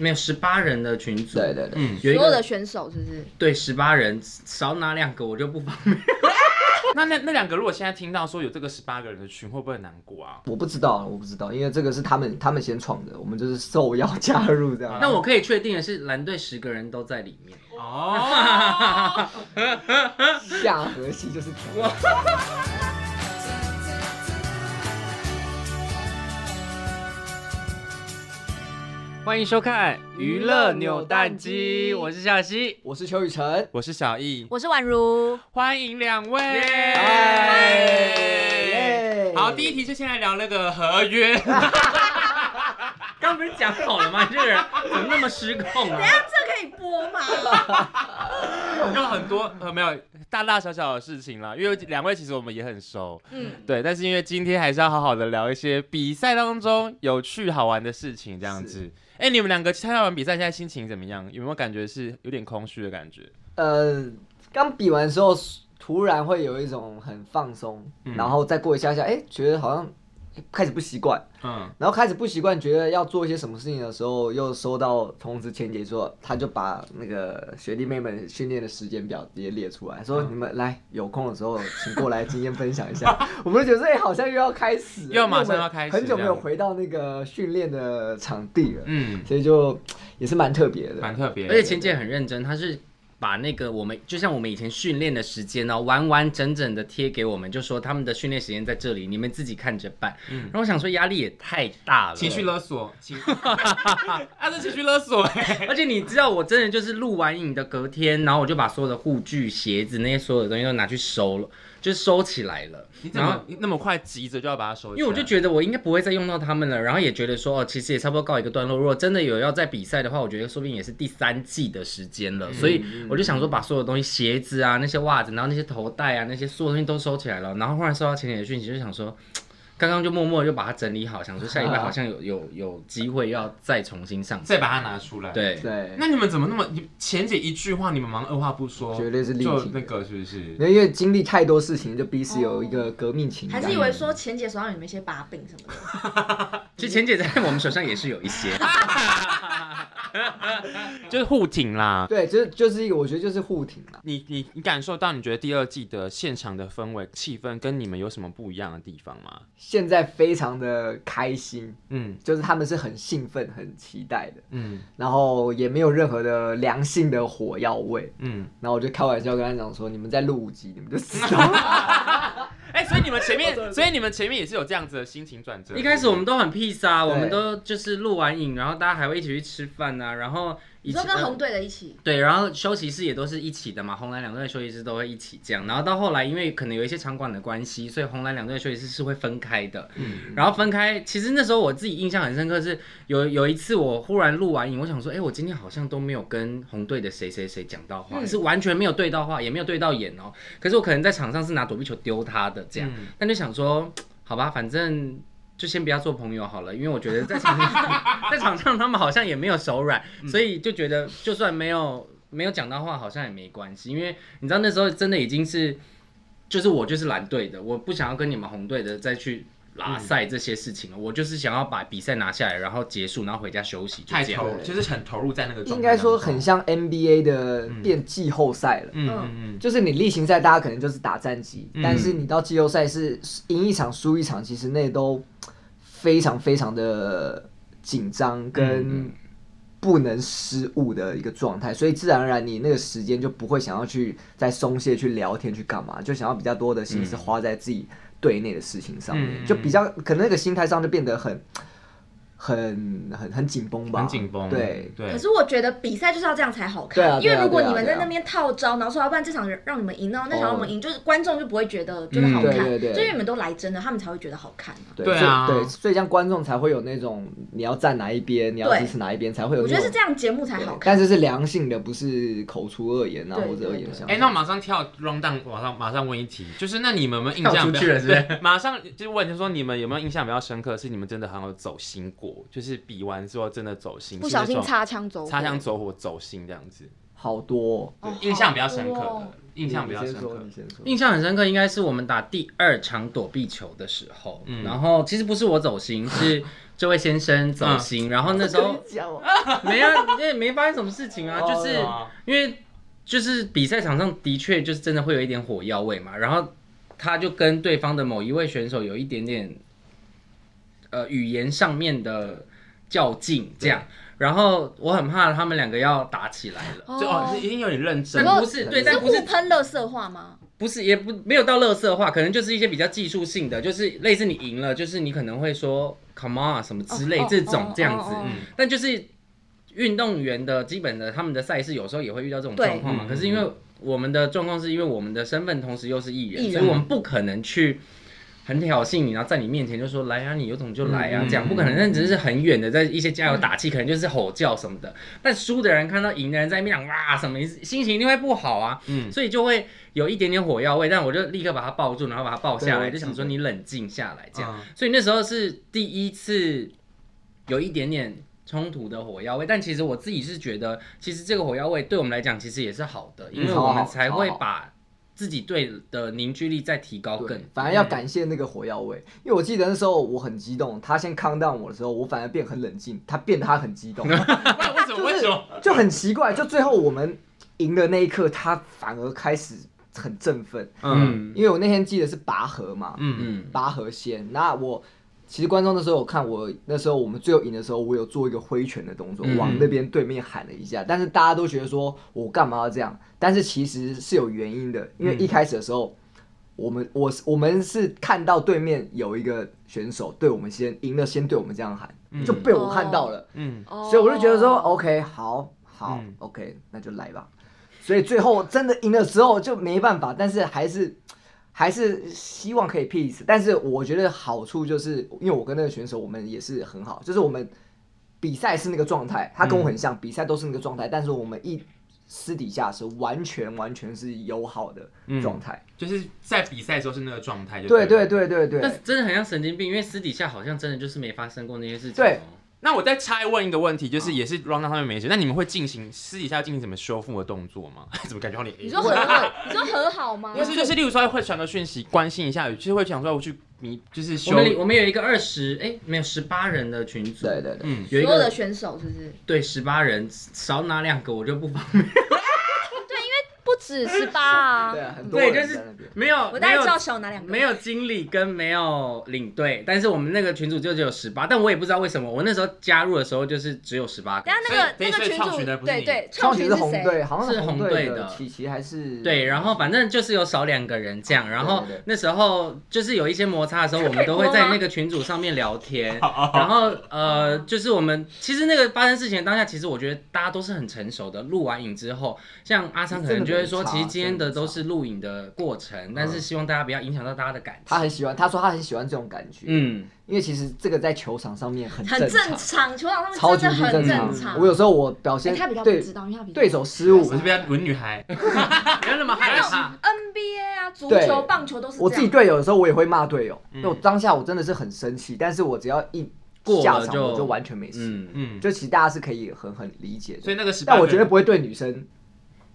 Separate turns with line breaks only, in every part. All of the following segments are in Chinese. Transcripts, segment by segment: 没有十八人的群组，
对对对，
嗯，
有一
所有的
个
选手是不是？
对十八人，少哪两个我就不方 便。
那那那两个如果现在听到说有这个十八个人的群，会不会很难过啊？
我不知道，我不知道，因为这个是他们他们先创的，我们就是受邀加入这样。
那我可以确定的是，蓝队十个人都在里面。
哦，
下河系就是挑战
欢迎收看娱乐扭蛋机，我是小溪。
我是邱雨辰，
我是小易，
我是宛如，
欢迎两位。
耶
好，第一题就先来聊那个合约。
刚不是讲好了吗？你这个人怎么那么失控啊？
这可以播吗？
有很多呃没有大大小小的事情啦，因为两位其实我们也很熟，
嗯，
对，但是因为今天还是要好好的聊一些比赛当中有趣好玩的事情，这样子。哎、你们两个参加完比赛，现在心情怎么样？有没有感觉是有点空虚的感觉？
呃，刚比完之后，突然会有一种很放松，
嗯
然后再过一下下，哎、觉得好像诶开始不习惯，
嗯，
然后开始不习惯，觉得要做一些什么事情的时候，又收到通知前姐说，他就把那个学弟妹们训练的时间表直接列出来，
啊
说你们来有空的时候，请过来今天分享一下。 我们就觉得哎、好像又要开始了，
又马上要开
因为
始
我们很久没
这
有
样
回到那个训练的场地了，
嗯，
所以就也是蛮特别的。
蛮特别的。
而且钱姐很认真，她是把那个我们就像我们以前训练的时间呢、完完整整的贴给我们，就说他们的训练时间在这里，你们自己看着办。
嗯
然后我想说压力也太大了，
情绪勒 索，情，啊，这情绪勒 索哎、
而且你知道，我真的就是录完影的隔天，然后我就把所有的护具、鞋子那些所有的东西都拿去收了，就是收起来了。
你怎
然后
么那么快急着就要把它收起来？
因为我就觉得我应该不会再用到它们了，然后也觉得说哦，其实也差不多告一个段落。如果真的有要在比赛的话，我觉得说不定也是第三季的时间了，所以我就想说把所有东西，鞋子啊、那些袜子，然后那些头带啊、那些所有东西都收起来了。然后忽然收到前姐的讯息，就想说。嘖刚刚就默默地就把它整理好，想说下礼拜好像有有有机会要再重新上场。
再把它拿出来。，
对，
对，
那你们怎么那么你前姐一句话，你们忙二话不说，
绝对是立
就
体
那个是不是？
因为经历太多事情，就彼此有一个革命情
哦
还
感。
是以为说钱姐手上有没有一些把柄什么的？
其实钱姐在我们手上也是有一些。
就是互挺啦。
对，就是就是一个，我觉得就是互挺啦。
你你你感受到你觉得第二季的现场的氛围气氛跟你们有什么不一样的地方吗？
现在非常的开心，
嗯
就是他们是很兴奋、很期待的，
嗯
然后也没有任何的良性的火药味。
嗯。
然后我就开玩笑跟他讲说：“你们再录五集，你们就知道。
哎、所以你们前面，所以你们前面也是有这样子的心情转折。
一开始我们都很 peace 啊，
对
我们都就是录完影，然后大家还会一起去吃饭啊，然后一
你
起
说跟
呃
红队的一起，
对，然后休息室也都是一起的嘛，红蓝两队的休息室都会一起这样。然后到后来，因为可能有一些场馆的关系，所以红蓝两队的休息室是会分开的。
嗯
然后分开，其实那时候我自己印象很深刻是有有一次我忽然录完影，我想说，哎，我今天好像都没有跟红队的谁谁谁讲到话，
嗯
是完全没有对到话，也没有对到眼哦。可是我可能在场上是拿躲避球丢他的这样，
嗯
但就想说，好吧，反正就先不要做朋友好了，因为我觉得在场上， 在场上他们好像也没有手软，
嗯
所以就觉得就算没有没有讲到话，好像也没关系，因为你知道那时候真的已经是，就是我就是蓝队的，我不想要跟你们红队的再去。
嗯
拉赛这些事情了，我就是想要把比赛拿下来，然后结束，然后回家休息，就
太
这样。
投，就是很投入在那个”状
应
态当
该
中。
说很像 NBA 的变季后赛了。
嗯嗯嗯，
就是你例行赛大家可能就是打战绩，
嗯
但是你到季后赛是赢一场输一场，其实那都非常非常的紧张
嗯
跟不能失误的一个状态，所以自然而然你那个时间就不会想要去再松懈去聊天去干嘛，就想要比较多的心思花在自己队内的事情上面，
嗯
就比较可能那个心态上就变得很。很很很紧绷吧，
很紧绷。
对，
对
可，是我觉得比赛就是要这样才好看，
对啊对啊
因为如果
对啊
你们
对
在
啊
那边套招，然后说要不然这场让你们赢，然后那场让我们赢，就是观众就不会觉得就是好看，
嗯对对对
就因为你们都来真的，他们才会觉得好看、啊。
对
对啊
所以对，所以这样观众才会有那种你要站哪一边，你要
对
支持哪一边，才会有
我
那
觉
种。
得是这样节目才好
但
看。
是是良性的，不是口出恶言啊，
对
或者恶言相向。
哎、那我马上跳 round down，马上马上问一题，就是那你们有没有印
跳
象
出
比较
去了是不是
对马上就问，就说你们有没有印象比较深刻？是你们真的很有走心过，就是比完之后真的走心，
不小
是
心
那种
擦枪走火，
擦枪走火走心这样子。
好多哦、
哦
印象比较深刻
好多
的
哦，
印象比
你
较深
先说
刻
你。先说。
印象很深刻，应该是我们打第二场躲避球的时候，
嗯
然后其实不是我走心，是这位先生走
嗯
心，然后那时
我
候
跟你讲哦，
没啊， 因为没发生什么事情啊，
哦
就是
啊
因为就是比赛场上的确就是真的会有一点火药味嘛，然后他就跟对方的某一位选手有一点点呃语言上面的较劲这样，然后我很怕他们两个要打起来了。
就哦，一定有点认真
但。不是
哦
对，
是
但不
互
是
喷乐色话吗？
不是，也不没有到乐色话，可能就是一些比较技术性的，就是类似你赢了，就是你可能会说 come on 啊什么之类、
哦哦
这种
哦
这样子。
哦哦
嗯
但就是运动员的基本的他们的赛事有时候也会遇到这种
对
状况嘛。
嗯
可是因为我们的状况是因为我们的身份同时又是艺人，
艺人
所以我们不可能去。很挑衅你，然后在你面前就说来啊，你有种就来啊，
嗯
这样不可能。那只是很远的，在一些加油打气，可能就是吼叫什么的。但输的人看到赢的人在那边讲哇什么，心情一定会不好啊。
嗯，
所以就会有一点点火药味，但我就立刻把他抱住，然后把他抱下来，就
对
想说你冷静下来这样。
嗯
所以那时候是第一次有一点点冲突的火药味，但其实我自己是觉得，其实这个火药味对我们来讲其实也是好的，
嗯
因为我们才会把自己队的凝聚力再提高
哦
对
更。
反而
嗯
要感谢那个火药味，因为我记得那时候我很激动，他先 calm down 我的时候，我反而变很冷静，他变得他很 激动，
那
哦
为什么？为什么？
就很奇怪。就最后我们赢的那一刻，他反而开始很振奋，
嗯
因为我那天记得是拔河嘛，
嗯
嗯
拔河先。那我其实观众那时候有看我，那时候我们最后赢的时候，我有做一个挥拳的动作，
嗯
往那边对面喊了一下，但是大家都觉得说我干嘛要这样？但是其实是有原因的，因为一开始的时候。我们我是我们是看到对面有一个选手对我们先赢了，先对我们这样喊，就被我看到了，
嗯
所
所以我就觉得说、o
哦
k 好好、
嗯
o k 那就来吧。所以最后真的赢了之后就没办法，但是还是还是希望可以 peace。但是我觉得好处就是，因为我跟那个选手我们也是很好，就是我们比赛是那个状态，他跟我很像，比赛都是那个状态，但是我们一私底下是完全完全是友好的状态。
就是在比赛的时候是那个状态，就
嗯对
对
对
了。
对对
但
对
是，真的很像神经病，因为私底下好像真的就是没发生过那些事情、哦。
对，
那我再拆问一个问题，就是也是 round 上面没写，那你们会进行私底下进行什么修复的动作吗？ 怎么感觉好像
你说 和好，你说和好吗？
不是，就是例如说会传个讯息关心一下，就是会想说我去你就是
我
修，
们里我们有一个二十哎没有十八人的群组，
对对对，
嗯，
有一
所有
个
的选手是不是？
对十八人少哪两个我就不方
不止十八啊
对，啊，很多
对，
人
就
在
是
那 边
没有，
我大概知道
没
少哪两
有
个。
没有经理跟没有领队，但是我们那个群组就只有十八，但我也不知道为什么，我那时候加入的时候就是只有十八个
等。下那个
所以
那
所
个
以
群
创群的
主，
不是
对
你
对，
创
创
举
群
是红
谁？
队，好像
是
红
红队
的
的
琪琪还是
对，然后反正就是有少两个人这样，然后
对对对
那时候就是有一些摩擦的时候，我 们都会在那个群组上面聊天，然后呃，就是我们其实那个发生事情的当下，其实我觉得大家都是很成熟的。录完影之后，像阿昌可能就会说，
真的没差
其实今天的
真的
都
没差
是录影的过程，但是希望大家不要影响到大家的感
他
情。
很喜欢，他说他很喜欢这种感觉，
嗯，
因为其实这个在球场上面很
很
正
正，常，球场
超
上
级
真的
不
很
常。
常。
我有时候我表现
哎他比较不
对
知道，因为他比较
对手失误
我，是被他文女 孩，
不要那么害
哎
怕。
NBA 啊，足
对
球、棒球都是这样。
我自己队友的时候我也会骂队友，
嗯
那我当下我真的是很生气，但是我只要一
过
下
了
场
就
我就完全没事，
嗯，
嗯，
就其实大家是可以很很理解
所以
的，
那个十八，
但我绝对不会对女生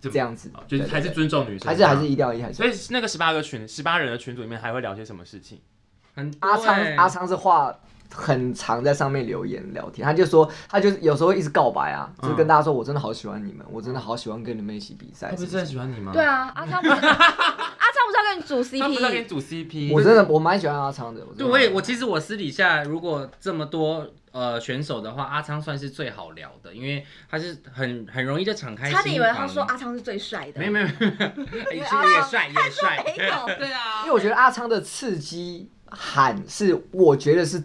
这
这样子，
就是
对
还是
对对
尊重女生，
还是还是。一定要一还是
所以那个十八个群，十八人的群组里面还会聊些什么事情？
很多
阿昌
欸
阿昌是话很常在上面留言聊天，他就说他就是有时候一直告白啊，就是
嗯
跟大家说我真的好喜欢你们，我真的好喜欢跟你们一起比赛
哦
他，不是真的喜欢你吗？
对，啊， 阿昌不是阿昌不是要跟你组
他不是要给你
CP？
组 CP，
我真的我蛮喜欢阿昌的，真
对，
的
我也我其实我私底下如果这么多呃选手的话，阿昌算是最好聊的，因为他是很很容易就敞开心
差
房。
点以为他说阿昌是最帅的。
没
哎
有没有，没有
为
哎
阿
其实也
昌
帅也帅。
没有，
对啊
因为我觉得阿昌的刺激喊是，我觉得是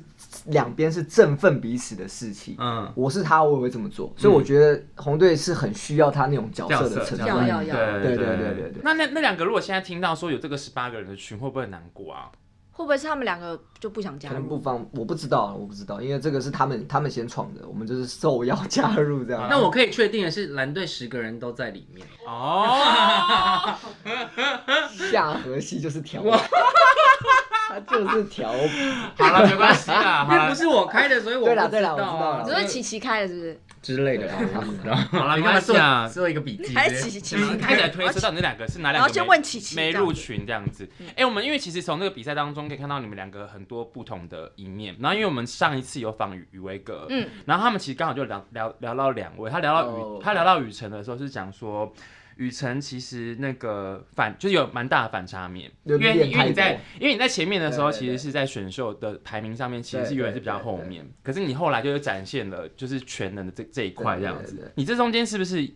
两边是振奋彼此的士气。
嗯，
我是他，我也会这么做，所
嗯
以我觉得红队是很需要他那种角色的
角色
成
角
色
长。
要要
对
对对对对对
那那那两个如果现在听到说有这个十八个人的群，会不会很难过啊？
会不会是他们两个就不想加
可能不
入？
方，我不知道，我不知道，因为这个是他们他们先闯的，我们就是受邀 加入这样。
那我可以确定的是，蓝队十个人都在里面。
哦，
下河西就是调，他就是调皮，
好了，没关系啦，
因
好
为不
了，
是我开的，所以我
对啦
不
对啦
知道啊
我知
只
道
是琪琪开的，是不是？
之类的吧，我不知道。
好啦
你
没
干嘛
关系啊
做做一个笔记，
还是琪琪琪
你
琪
开
开
始来
的？
推测到你那两个是哪
然
两
后
个
先
没
问琪琪，
没
这样嗯
入群这样子。哎、我们因为其实从这个比赛当中可以看到你们两个很多不同的一面。然后因为我们上一次有访宇宇威哥，
嗯，
然后他们其实刚好就聊聊聊到两位，他聊到雨，
哦
他聊到雨辰的时候是讲说。雨辰其实那个反就是有蛮大的反差面，因
有
为
点
你因为
太
你
多
在因为你在前面的时候，
对对
其
对
实是在选秀的排名上面，其实是
对
永远是比较
对对
后面。可是你后来就有展现了就是全能的这这一块这样
对对
子
对。
你这中间是不是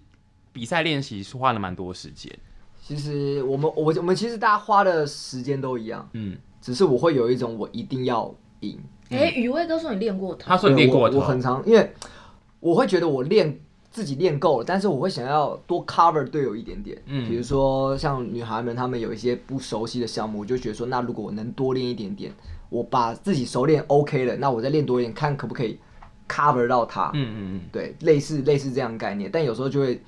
比赛练习是花了蛮多时间？
其实我们我我们其实大家花的时间都一样，
嗯，
只是我会有一种我一定要赢。
哎，雨薇哥说你练过头，
他说你练过
对
头，
我我很常，因为我会觉得我练自己练够了，但是我会想要多 cover 队友一点点。
嗯
比如说像女孩们，她们有一些不熟悉的项目，我就觉得说，那如果我能多练一点点，我把自己熟练 OK 了，那我再练多一点，看可不可以 cover 到她。
嗯嗯
对，类似类似这样的概念，但有时候就会，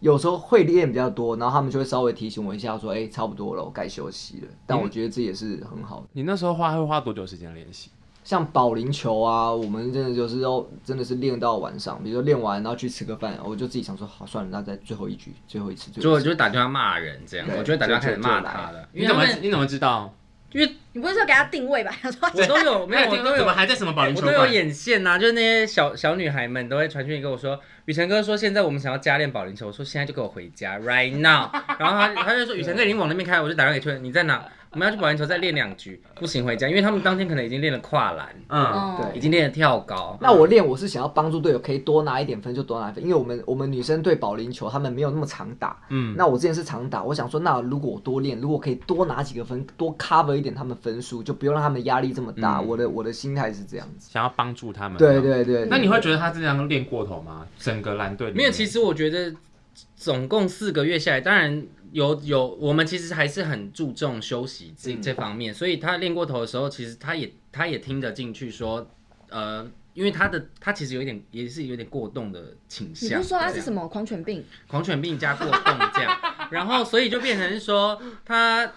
有时候会练比较多，然后他们就会稍微提醒我一下，说，哎、差不多了，我该休息了。但我觉得这也是很好的
嗯，，你那时候花会花多久时间练习？
像保龄球啊，我们真的就是要真的是练到晚上，比如说练完然后去吃个饭，我就自己想说，好算了，那再最后一局，最后一次，最
就
后
我
一次。
就打电话骂人这样，
对
我就会打电话开始骂
就就就
他了，因
你
为
怎
他
么
们
你怎么知道？
因为
你不是说给他定位吧？他说
我都有没有我都有
还在什么保
我都有眼线呐、就是那些小小女孩们都会传讯跟我说，雨辰哥说现在我们想要加练保龄球，我说现在就给我回家，right now。然 后他他就说雨辰哥已经往那边开了，我就打电话给秋人，你在哪？我们要去保龄球再练两局，不行回家，因为他们当天可能已经练了跨栏，
嗯，
哦，
对
已经练了跳高。
那我练我是想要帮助队友可以多拿一点分就多拿一分，因为我们我们女生对保龄球她们没有那么常打，
嗯
那我之前是常打，我想说那如果我多练，如果可以多拿几个分，多 cover 一点他们分数，就不用让他们压力这么大。
嗯
我的我的心态是这样子，
想要帮助他们。
对。对对。
嗯那你
对
会觉得他这样练过头吗？整个蓝队里
没
面
有，其实我觉得总共四个月下来，当然有有，我们其实还是很注重休息这、
嗯
这方面，所以他练过头的时候，其实他也他也听得进去说，呃，因为他的他其实有一点也是有点过动的倾
你
向，
不是说他是
这样
什么狂犬病？
狂犬病加过动这样，然后所以就变成是说他。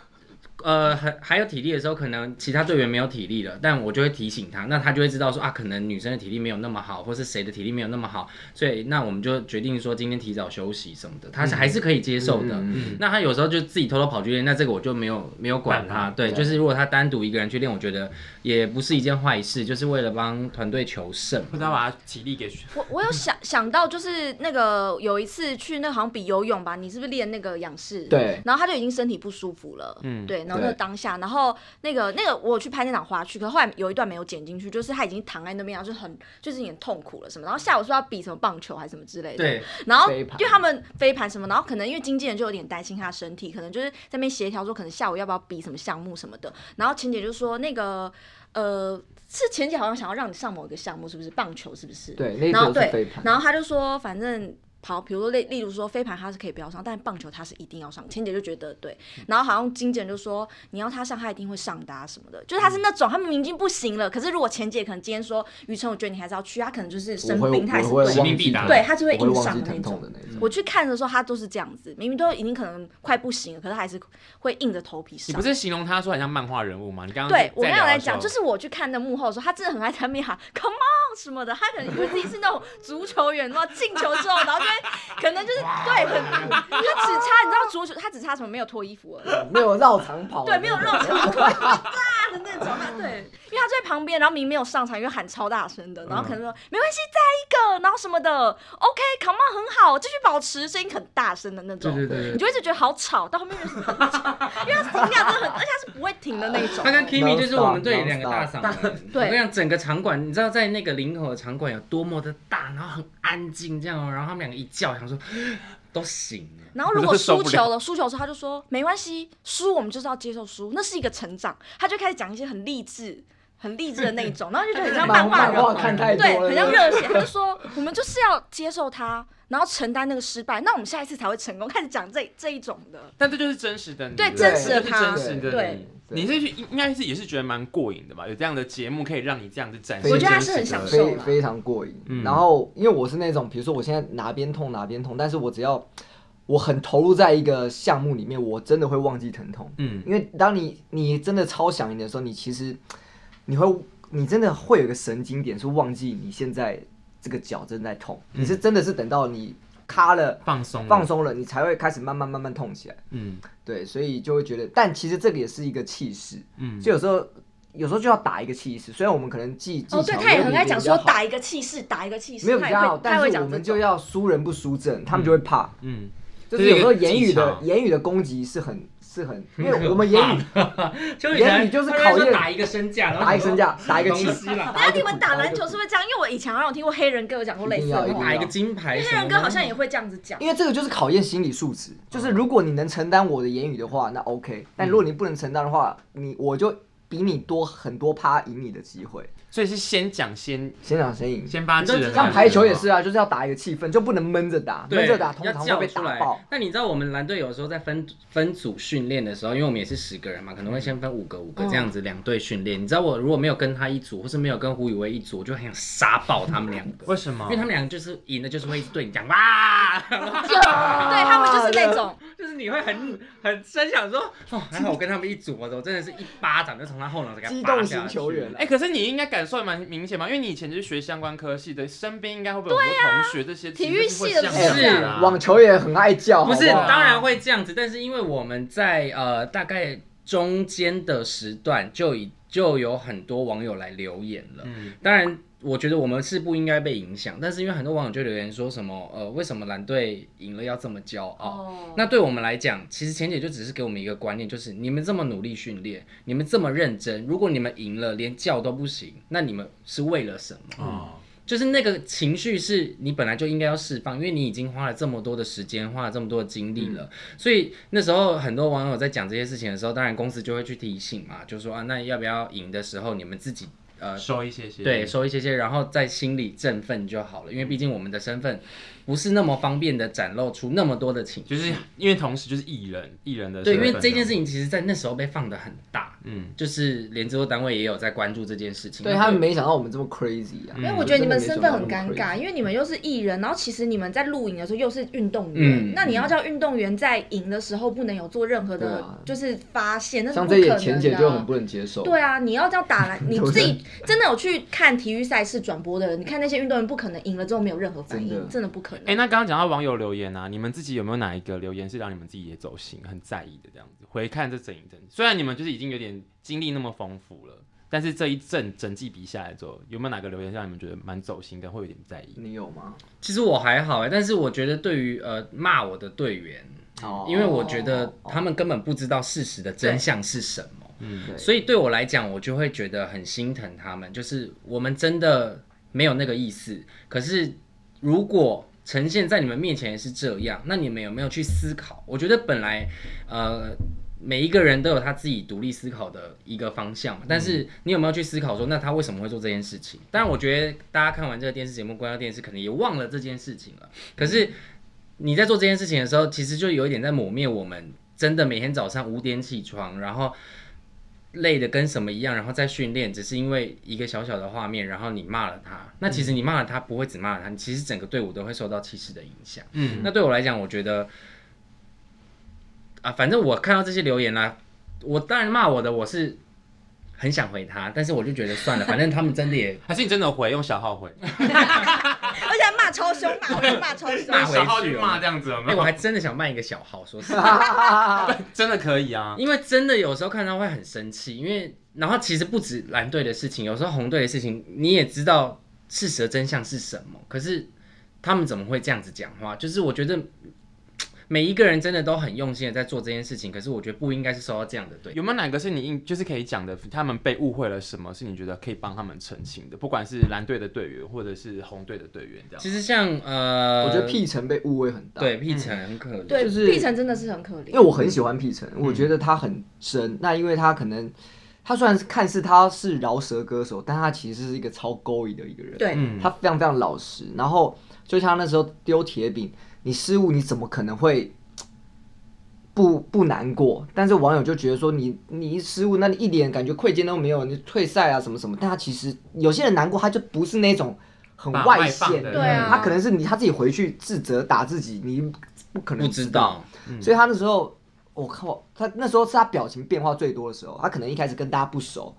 呃，还还有体力的时候，可能其他队员没有体力了，但我就会提醒他，那他就会知道说啊，可能女生的体力没有那么好，或是谁的体力没有那么好，所以那我们就决定说今天提早休息什么的，他是还是可以接受的。
嗯
嗯
那他有时候就自己偷偷跑去练，那这个我就没有没有管
管他
他。对，就是如果他单独一个人去练，我觉得也不是一件坏事，就是为了帮团队求胜。
不知道把他体力给
我我有想想到，就是那个有一次去那个好像比游泳吧，你是不是练那个仰视？。
对，
然后他就已经身体不舒服了，
嗯
嗯，对，然后那个
对
当下，然后那个那个我有去拍那场花絮，可是后来有一段没有剪进去，就是他已经躺在那边，然后就很就是有点痛苦了什么，然后下午说要比什么棒球还是什么之类的，
对，
然后
飞
因
盘
为他们飞盘什么，然后可能因为经纪人就有点担心他身体，可能就是在那边协调说，可能下午要不要比什么项目什么的。然后钱姐就说那个呃，是钱姐好像想要让你上某一个项目，是不是棒球？是不是？
对那一
然后
则是
对
飞盘
然后他就说反正。好，比如说例例如说飞盘他是可以不要上，但棒球他是一定要上。钱姐就觉得对，
嗯
然后好像经纪人就说你要他上，他一定会上的啊什么的，就是他是那种他们明明不行了，可是如果钱姐可能今天说于晨，我觉得你还是要去，他可能就是生
我会
病，他还是
我会
对
使
忘
命必
记
达
疼
对他就会
我会
硬
忘
上
记
的那
疼痛
种
的。
嗯
那种。
我去看的时候，他都是这样子，明明都已经可能快不行了，可是还是会硬着头皮
你
上
不。是形容他说很像漫画人物吗？你刚刚
对我刚
聊
刚
的
来
时候
讲，就是我去看那幕后的时候，他真的很爱在那边喊 “come on” 什么的，他可能以为自己是那种足球员，然后进球之后，然后就会可能就是对很，他只差你知道足球，他只差什么没有脱衣服而
哦
已。
没有绕长跑，
对，没有肉球大的那种，对，因为他就在旁边，然后明明没有上场，因为喊超大声的，然后可能说、
嗯
没关系，再一个，然后什么的，OK，come、on，很好，继续保持声音很大声的那种，
对对对对
你就一直觉得好吵，到后面就是很吵，因为他音量真的很，而且他是不会停的那种。
他，跟 Kimi
Non-stop，
就是我们队两个大嗓门我
对
跟你讲，整个场馆，你知道在那个林口的场馆有多么的大，然后很安静这样哦，然后他们两个一叫，想说都醒了。
然后如果
我真的受
输
不了
球了，输球的时候他就说没关系，输我们就是要接受输，那是一个成长，他就开始讲一些很励志。很励志的那一种，然后就觉得 很像
漫
漫画
漫
人物
画看太多
对，
了，
很像热血。他就说，我们就是要接受它，然后承担那个失败，那我们下一次才会成功。开始讲这这一种的，
但这就是真实的你，
对
不
真实的
这
他
就是真实的
对
你。
对
你是去应应该是也是觉得蛮过瘾的吧？有这样的节目可以让你这样子展现，
我觉得
他是很享受
非
啦
非常过瘾
嗯。
然后因为我是那种，比如说我现在哪边痛哪边痛，但是我只要我很投入在一个项目里面，我真的会忘记疼痛。
嗯，
因为当你你真的超想赢的时候，你其实你会你真的会有一个神经点是忘记你现在这个脚正在痛，你是真的是等到你卡了
放
嗯
松了
放，松了，你才会开始慢慢慢慢痛起来。
嗯
对，所以就会觉得，但其实这个也是一个气势，
嗯，
所以有时候有时候就要打一个气势。虽然我们可能技技巧
哦，对，他也很爱讲
没
说
有比别人
打一个气势，打一个气势，
没有比
他也
较好，
会，他
但
也会
是我
讲这
们就
种。
要输人不输阵，他们就会怕。
嗯，
就是有时候
这是一个
言语的
技巧
言语的攻击是很 是很，因为我们言语
就
言语就是考验
打一个身价，然后
打一个 身价，打一个啊
东
气
西 啦，
那你们打篮球是不是这样？因为我以前好像有听过黑人哥有讲过类似的
一定要
话，
打一个金牌
黑
什么的，
人哥好像也会这样子 讲。
因为这个就是考验心理素质，就是如果你能承担我的言语的话，那 OK；但
嗯
如果你不能承担的话，你我就比你多很多趴赢你的机会，
所以是先讲先
先讲先赢。
先发制人的感觉吗，
像排球也是啊，就是要打一个气氛，就不能闷着打，闷
对，
着打通
要
常
叫
会被
出
打
来
爆。。
那你知道我们蓝队有时候在分分组训练的时候，因为我们也是十个人嘛，可能会先分五个五
嗯
个这样子两队训练。你知道我如果没有跟他一组，或是没有跟胡宇威一组，我就很想杀爆他们两个。
为什么
因为他们两个就是赢了，就是会一直对你讲哇，
对他们就是那种，
就是你会很很真想说，哦，还好我跟他们一组，我真的是一巴掌就从他后脑勺给他
机
扒
动
下
型
去
球员啊
哎、可是你应该感受得蛮明显吧？因为你以前就是学相关科系的，身边应该会不会有很多同学这些
啊体育系的
其实
不
是
是
会像啊
哎网球也很爱叫，
不是，
好好啊
当然会这样子，但是因为我们在呃大概中间的时段就已就有很多网友来留言了。
嗯
当然，我觉得我们是不应该被影响，但是因为很多网友就留言说什么呃为什么蓝队赢了要这么骄傲？
哦，
那对我们来讲，其实钱姐就只是给我们一个观念，就是你们这么努力训练，你们这么认真，如果你们赢了连叫都不行，那你们是为了什么？
哦，
就是那个情绪是你本来就应该要释放，因为你已经花了这么多的时间，花了这么多的精力
嗯
了。所以那时候很多网友在讲这些事情的时候，当然公司就会去提醒嘛，就说啊，那要不要赢的时候你们自己呃
收一些些，
对，收一些些，然后在心里振奋就好了，因为毕竟我们的身份不是那么方便的展露出那么多的情绪。
就是因为同时就是艺人，艺人的
对，因
身份
为这件事情其实在那时候被放得很大，
嗯，
就是连制作单位也有在关注这件事情。
对
那
他
对
们没想到我们这么 crazy 啊。
嗯
因为我觉得你们身份很
真
尴
的没想到
尬，
那么 crazy
因为你们又是艺人，然后其实你们在录影的时候又是运动
嗯
员，那你要叫运动员在赢的时候不能有做任何
对
的
啊，
就是发现，
嗯
那是
像
不可
这
能
一
的
点钱
啊。
姐就很不能接受。
对啊，你要这样打 篮，你
有
自己真的有去看体育赛事转播的人，你看那些运动员不可能赢了之后没有任何反应，
真
真
的
的不可能。
哎、那刚刚讲到网友留言啊，你们自己有没有哪一个留言是让你们自己也走心、很在意的这样子？回看这整一阵，虽然你们就是已经有点经历那么丰富了，但是这一阵整季比下来之后，有没有哪个留言让你们觉得蛮走心跟会有点在意？
你有吗？
其实我还好哎、但是我觉得对于呃骂我的队员，
哦
因为我觉得他们根本不知道事实的真相是什么，
嗯，
对
所以对我来讲，我就会觉得很心疼他们。就是我们真的没有那个意思，可是如果呈现在你们面前是这样，那你们有没有去思考？我觉得本来呃。每一个人都有他自己独立思考的一个方向嘛，但是你有没有去思考说，那他为什么会做这件事情？当然，我觉得大家看完这个电视节目，关掉电视，可能也忘了这件事情了。可是你在做这件事情的时候，其实就有一点在抹灭我们真的每天早上五点起床，然后累的跟什么一样，然后再训练，只是因为一个小小的画面，然后你骂了他。那其实你骂了他，不会只骂了他，你其实整个队伍都会受到气势的影响。
嗯
那对我来讲，我觉得啊，反正我看到这些留言啦、我当然骂我的，我是很想回他，但是我就觉得算了，反正他们真的也
还是你真的回用小号回，
而且还骂超凶，骂我骂超 凶。
骂回去
小号去骂这样子有
哎、
没有？
我还真的想卖一个小号，说实话。
真的可以啊，
因为真的有时候看到会很生气，因为然后其实不止蓝队的事情，有时候红队的事情你也知道事实的真相是什么，可是他们怎么会这样子讲话？就是我觉得嘖每一个人真的都很用心的在做这件事情，可是我觉得不应该是受到这样的对待。
有没有哪个是你应就是可以讲的？他们被误会了什么？是你觉得可以帮他们澄清的？不管是蓝队的队员，或者是红队的队员，这样。
其实像呃，
我觉得 P 城被误会很大。嗯
对 P 城很可怜，
对，
就是
碧城真的是很可
因为
怜。
我很喜欢屁城，我觉
嗯
得他很深。那因为他可能，他虽然是看似他是饶舌歌手，但他其实是一个超勾引的一个人。，
对，
嗯，
他非常非常老实。然后就像他那时候丢铁饼，你失误你怎么可能会不不难过？但是网友就觉得说你你一失误，那你一点感觉愧疚都没有，你退赛啊什么什么。但他其实有些人难过，他就不是那种很
把
外
外放
显
的
的，
对啊
他可能是你他自己回去自责打自己，你不可能
不知道，
所以他那时候，我靠，他那时候是他表情变化最多的时候。他可能一开始跟大家不熟，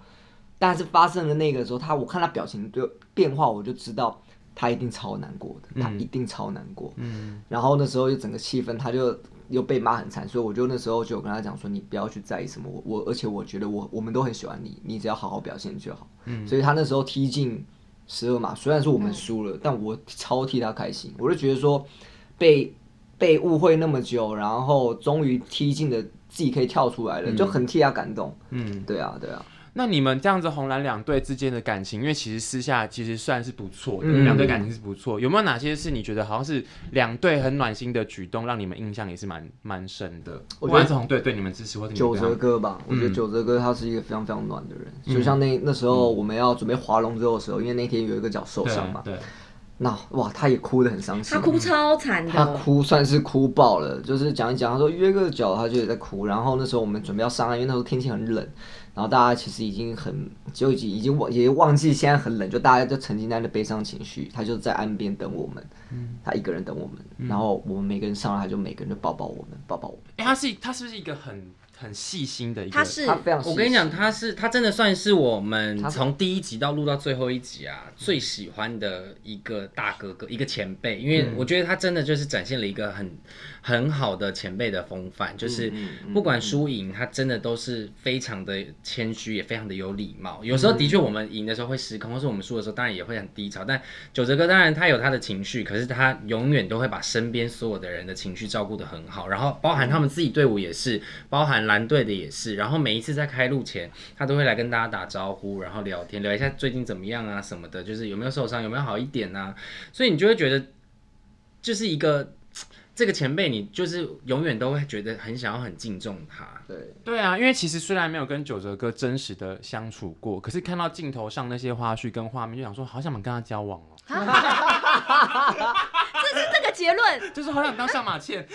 但是发生了那个时候，他我看他表情就变化，我就知道他一定超难过的，他一定超难过。
嗯，
然后那时候就整个气氛，他就又被骂很惨，所以我就那时候就有跟他讲说，你不要去在意什么，我我而且我觉得我我们都很喜欢你，你只要好好表现就好。嗯，所以他那时候踢进十二码，虽然说我们输了，但我超替他开心，我就觉得说被被误会那么久，然后终于踢进的自己可以跳出来了，就很替他感动。
嗯，
对啊，对啊，
那你们这样子红蓝两队之间的感情，因为其实私下其实算是不错的，
嗯
两队感情是不错。有没有哪些是你觉得好像是两队很暖心的举动，让你们印象也是蛮蛮深的？
我觉得
不管是红队对你们支持，或者你
九
们对他
泽
们
哥吧，我觉得
嗯
九泽哥他是一个非常非常暖的人，就像那那时候我们要准备划龙舟的时候，因为那天有一个脚受伤嘛。
对，对
那哇，他也哭得很伤心
他，哭超惨
他
的，
哭算是哭爆了，就是讲一讲，他说约个脚，他就也在哭。然后那时候我们准备要上岸，因为那时候天气很冷，然后大家其实已经很就已经已经忘也忘记现在很冷，就大家就沉浸在那悲伤情绪。他就在岸边等我们，
嗯
他一个人等我们，然后我们每个人上来，他就每个人就抱抱我们，抱抱我们。
哎、他是他是不是一个很很细心的一个？
他是
他非常，
我跟你讲，，他是他真的算是我们
他
从第一集到录到最后一集啊，最喜欢的一个大哥哥，一个前辈，因
嗯
为我觉得他真的就是展现了一个很很好的前辈的风范，就是
嗯
不管输赢，他真的都是非常的谦虚，也非常的有礼貌。有时候的确我们赢的时候会失控，或是我们输的时候当然也会很低潮，但九哲哥当然他有他的情绪，可是他永远都会把身边所有的人的情绪照顾得很好，然后包含他们自己队伍也是，包含蓝队的也是，然后每一次在开路前，他都会来跟大家打招呼，然后聊天，聊一下最近怎么样啊什么的，就是有没有受伤，有没有好一点啊，所以你就会觉得就是一个这个前辈，你就是永远都会觉得很想要很敬重 他。
对，
对啊，因为其实虽然没有跟九哲哥真实的相处过，可是看到镜头上那些花絮跟画面，就想说好想跟他交往哦，
这是这个结论。
就是好想当上马倩，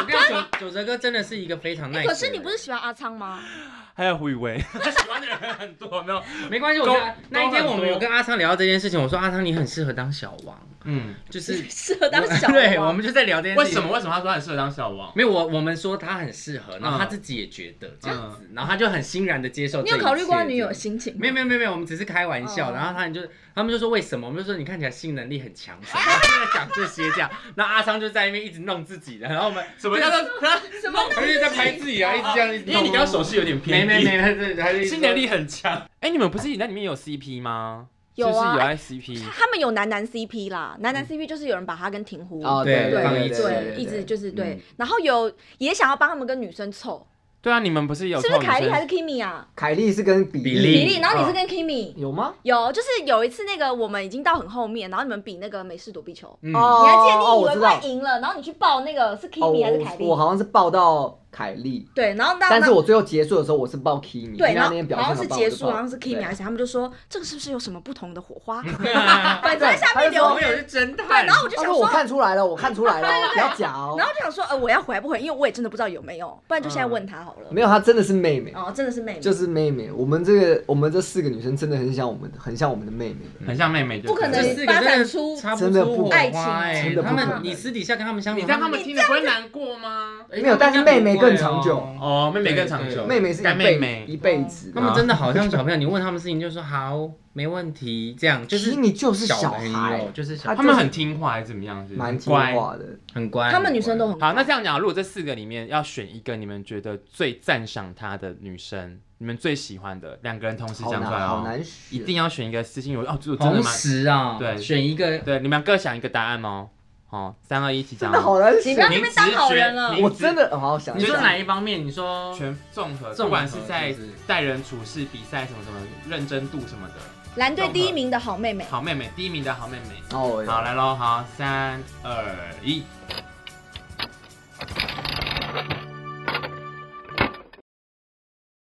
我跟你讲，九九哲哥真的是一个非常 nice 的人。
可是你不是喜欢阿昌吗？
还有胡宇威， 他喜欢的人很多，有没有？
没关系，我
都
跟他那一天
都很
我们
多
有跟阿昌聊到这件事情，我说阿昌你很适合当小王，
嗯，
就是
适合当 小
对，
王
我们就在聊这件
为
事情
什么？为什么他说他很适合当小王？
没有我我们说他很适合，然后他自己也觉得这样
嗯
子，然后他就很欣然的接受。
你有考虑过他女友的？心情吗？
没有没有没有没有，我们只是开玩笑，
哦
然后他们就他们就说为什么？我们就说你看起来性能力很强，什么就在讲这些这样。那阿昌就在那边一直弄自己的，然后我们
什么叫做他？
什么
他就在拍自己 啊，一直这样，一直
啊哦因为你刚刚手势有点
没
偏低，
没没，他就他就一直
性能力很强。哎，你们不是那里面有 CP 吗？
有
就是
啊
有爱 CP。
他们有男男 CP 啦，男男 CP 就是有人把他跟婷湖
啊，
哦对嗯
对
放一
对嗯
起
对，一直就是对，然后有也想要帮他们跟女生凑，
对啊，你们不是有
是不
靠
是
女
凯莉
生
还是 Kimi 啊？
凯莉是跟比
比
比
利
利，然后你是跟 Kimi。
有吗？
有，就是有一次那个我们已经到很后面，然后你们比那个美式躲避球，
嗯
哦
你还记得
哦
你以
我
为
知
快
道
赢了，然后你去抱那个是
哦，
Kimi 还是凯
我
莉？
我好像是报到凯莉，
对，然后到
但
那
是我最后结束的时候，我是抱 Kimi，
对，
因为
然
他
后
那天表
好
现
像是
很棒
结
我就
束，
抱
好像是
对
Kimi 还是他们就说这个是不是有什么不同的火 花？反正下面
我
留
们
言，
有是侦探，
对，然后我就
他
想
说我
说，
看出来了，我看出来 了，不要假哦
然。后就想说，呃，我要回还不回？因为我也真的不知道有没有，不然就现在问他好了。
嗯没有，她真的是妹妹，
哦，真的是妹妹，
就是妹妹。我们这个我们这四个女生真的很像我们，很像我们的妹妹。
很像妹妹，对
不可能
这
对
四个真
发
的
展出
擦不
真的
出火
不
爱情
花哎
哦真，的
他
不
们
可
你
能
私底下跟他们相
你
处，
让他
们
们听着不会难过吗？
哎
没有但是
他们应该
妹妹
不会
更长久
哦
哦，妹妹更长
对
久，
对
妹妹是一
干妹哦
辈
妹
一辈子
他
的，
们真的好像小朋友，你问他们事情就说好，没问题，这样就
其
是
实你就是
小
小
朋
孩
友，就是小
他
他们很听话还是怎么样？是
蛮听
乖。
话的。
很乖。
他们女生都很
好，那这样讲，如果这四个里面要选一个你们觉得最赞赏她的女生，你们最喜欢的两个人同时
好
讲出来
难，好
哦，
难
一
选。
定要选一个私信我哦，这我真的
同
蛮
时啊，
对
选一个
对，你们各想一个答案哦，哦，三二一起
真
讲
的
哦，
好难
你不要
选，
在那边当好人了
你
我真的哦好好想一
你
想。
说哪一方面？你说
全综合，
综合
不管是在
是不是
待人处事、比赛什么什么、认真度什么的，
蓝队第一名的好妹妹，
好妹妹，第一名的好妹妹。
哦，
好，来喽，好，三二一，